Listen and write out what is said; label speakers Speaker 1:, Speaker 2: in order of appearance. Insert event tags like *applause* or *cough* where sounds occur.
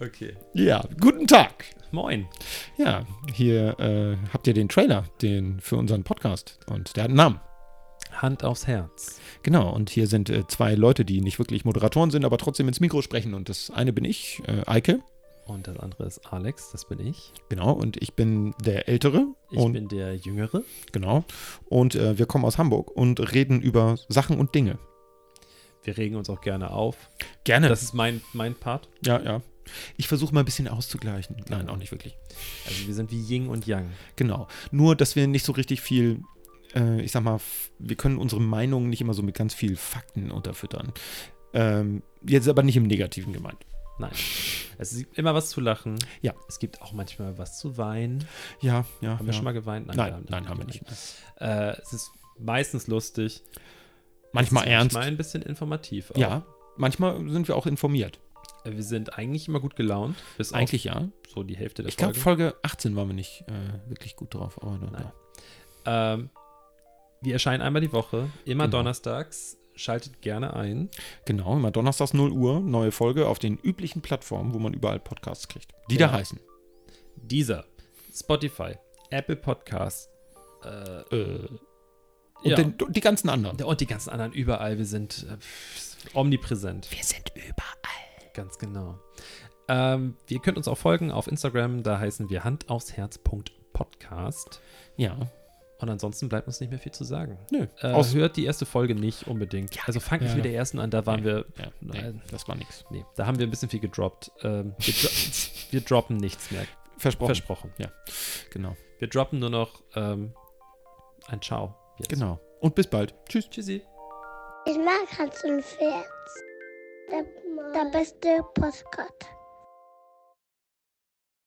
Speaker 1: Okay.
Speaker 2: Ja, guten Tag.
Speaker 1: Moin.
Speaker 2: Ja, hier äh, habt ihr den Trailer den für unseren Podcast und der hat einen Namen.
Speaker 1: Hand aufs Herz.
Speaker 2: Genau, und hier sind äh, zwei Leute, die nicht wirklich Moderatoren sind, aber trotzdem ins Mikro sprechen. Und das eine bin ich, äh, Eike,
Speaker 1: Und das andere ist Alex, das bin ich.
Speaker 2: genau, und ich bin der Ältere.
Speaker 1: Ich
Speaker 2: und,
Speaker 1: bin der Jüngere.
Speaker 2: Genau. Und äh, wir kommen aus Hamburg und reden über Sachen und Dinge.
Speaker 1: Wir regen uns auch gerne auf.
Speaker 2: Gerne.
Speaker 1: Das ist mein, mein Part.
Speaker 2: ja, ja. Ich versuche mal ein bisschen auszugleichen. Nein, auch nicht wirklich.
Speaker 1: Also wir sind wie Yin und Yang.
Speaker 2: Genau. Nur, dass wir nicht so richtig viel, äh, ich sag mal, f- wir können unsere Meinung nicht immer so mit ganz viel Fakten unterfüttern. Ähm, jetzt aber nicht im Negativen gemeint.
Speaker 1: Nein. Es gibt immer was zu lachen.
Speaker 2: Ja.
Speaker 1: Es gibt auch manchmal was zu weinen.
Speaker 2: Ja, ja.
Speaker 1: Haben
Speaker 2: ja.
Speaker 1: wir schon mal geweint?
Speaker 2: Nein, nein, haben wir nicht.
Speaker 1: Äh, es ist meistens lustig.
Speaker 2: Manchmal
Speaker 1: es ist
Speaker 2: ernst.
Speaker 1: Manchmal ein bisschen informativ. auch.
Speaker 2: Ja. Manchmal sind wir auch informiert.
Speaker 1: Wir sind eigentlich immer gut gelaunt. Bis
Speaker 2: Eigentlich ja.
Speaker 1: auf so die Hälfte der
Speaker 2: Ich glaube,
Speaker 1: Folge.
Speaker 2: Folge 18 waren wir nicht äh, wirklich gut drauf. Aber na,
Speaker 1: Nein. Ähm, wir erscheinen einmal die Woche, immer
Speaker 2: Genau.
Speaker 1: donnerstags. Schaltet gerne ein.
Speaker 2: Genau, immer donnerstags 0 Uhr, neue Folge auf den üblichen Plattformen, wo man überall Podcasts kriegt. Die da
Speaker 1: Genau.
Speaker 2: heißen.
Speaker 1: Dieser, Spotify, Apple Podcast äh,
Speaker 2: Und
Speaker 1: ja.
Speaker 2: den, die ganzen anderen.
Speaker 1: und die ganzen anderen überall. Wir sind äh, pff, omnipräsent.
Speaker 2: Wir sind überall.
Speaker 1: Ganz genau. Ähm, ihr könnt uns auch folgen auf Instagram. Da heißen wir handaufsherz.podcast.
Speaker 2: Ja,
Speaker 1: Und ansonsten bleibt uns nicht mehr viel zu sagen.
Speaker 2: nö.
Speaker 1: Äh,
Speaker 2: Aus,
Speaker 1: hört die erste Folge nicht unbedingt. also fangt nicht
Speaker 2: ja.
Speaker 1: mit der ersten an. Da waren
Speaker 2: Nee.
Speaker 1: wir
Speaker 2: ja, nee,
Speaker 1: nein.
Speaker 2: das war nichts.
Speaker 1: Nee, da haben wir ein bisschen viel gedroppt. Ähm, wir,
Speaker 2: *laughs*
Speaker 1: dro wir droppen nichts mehr.
Speaker 2: Versprochen.
Speaker 1: Versprochen.
Speaker 2: genau.
Speaker 1: Wir droppen nur noch ähm, ein Ciao. Jetzt.
Speaker 2: Genau. Und bis bald. Tschüss.
Speaker 1: Tschüssi.
Speaker 3: Ich mag Hans und Pferd. Der, der beste Postkarte.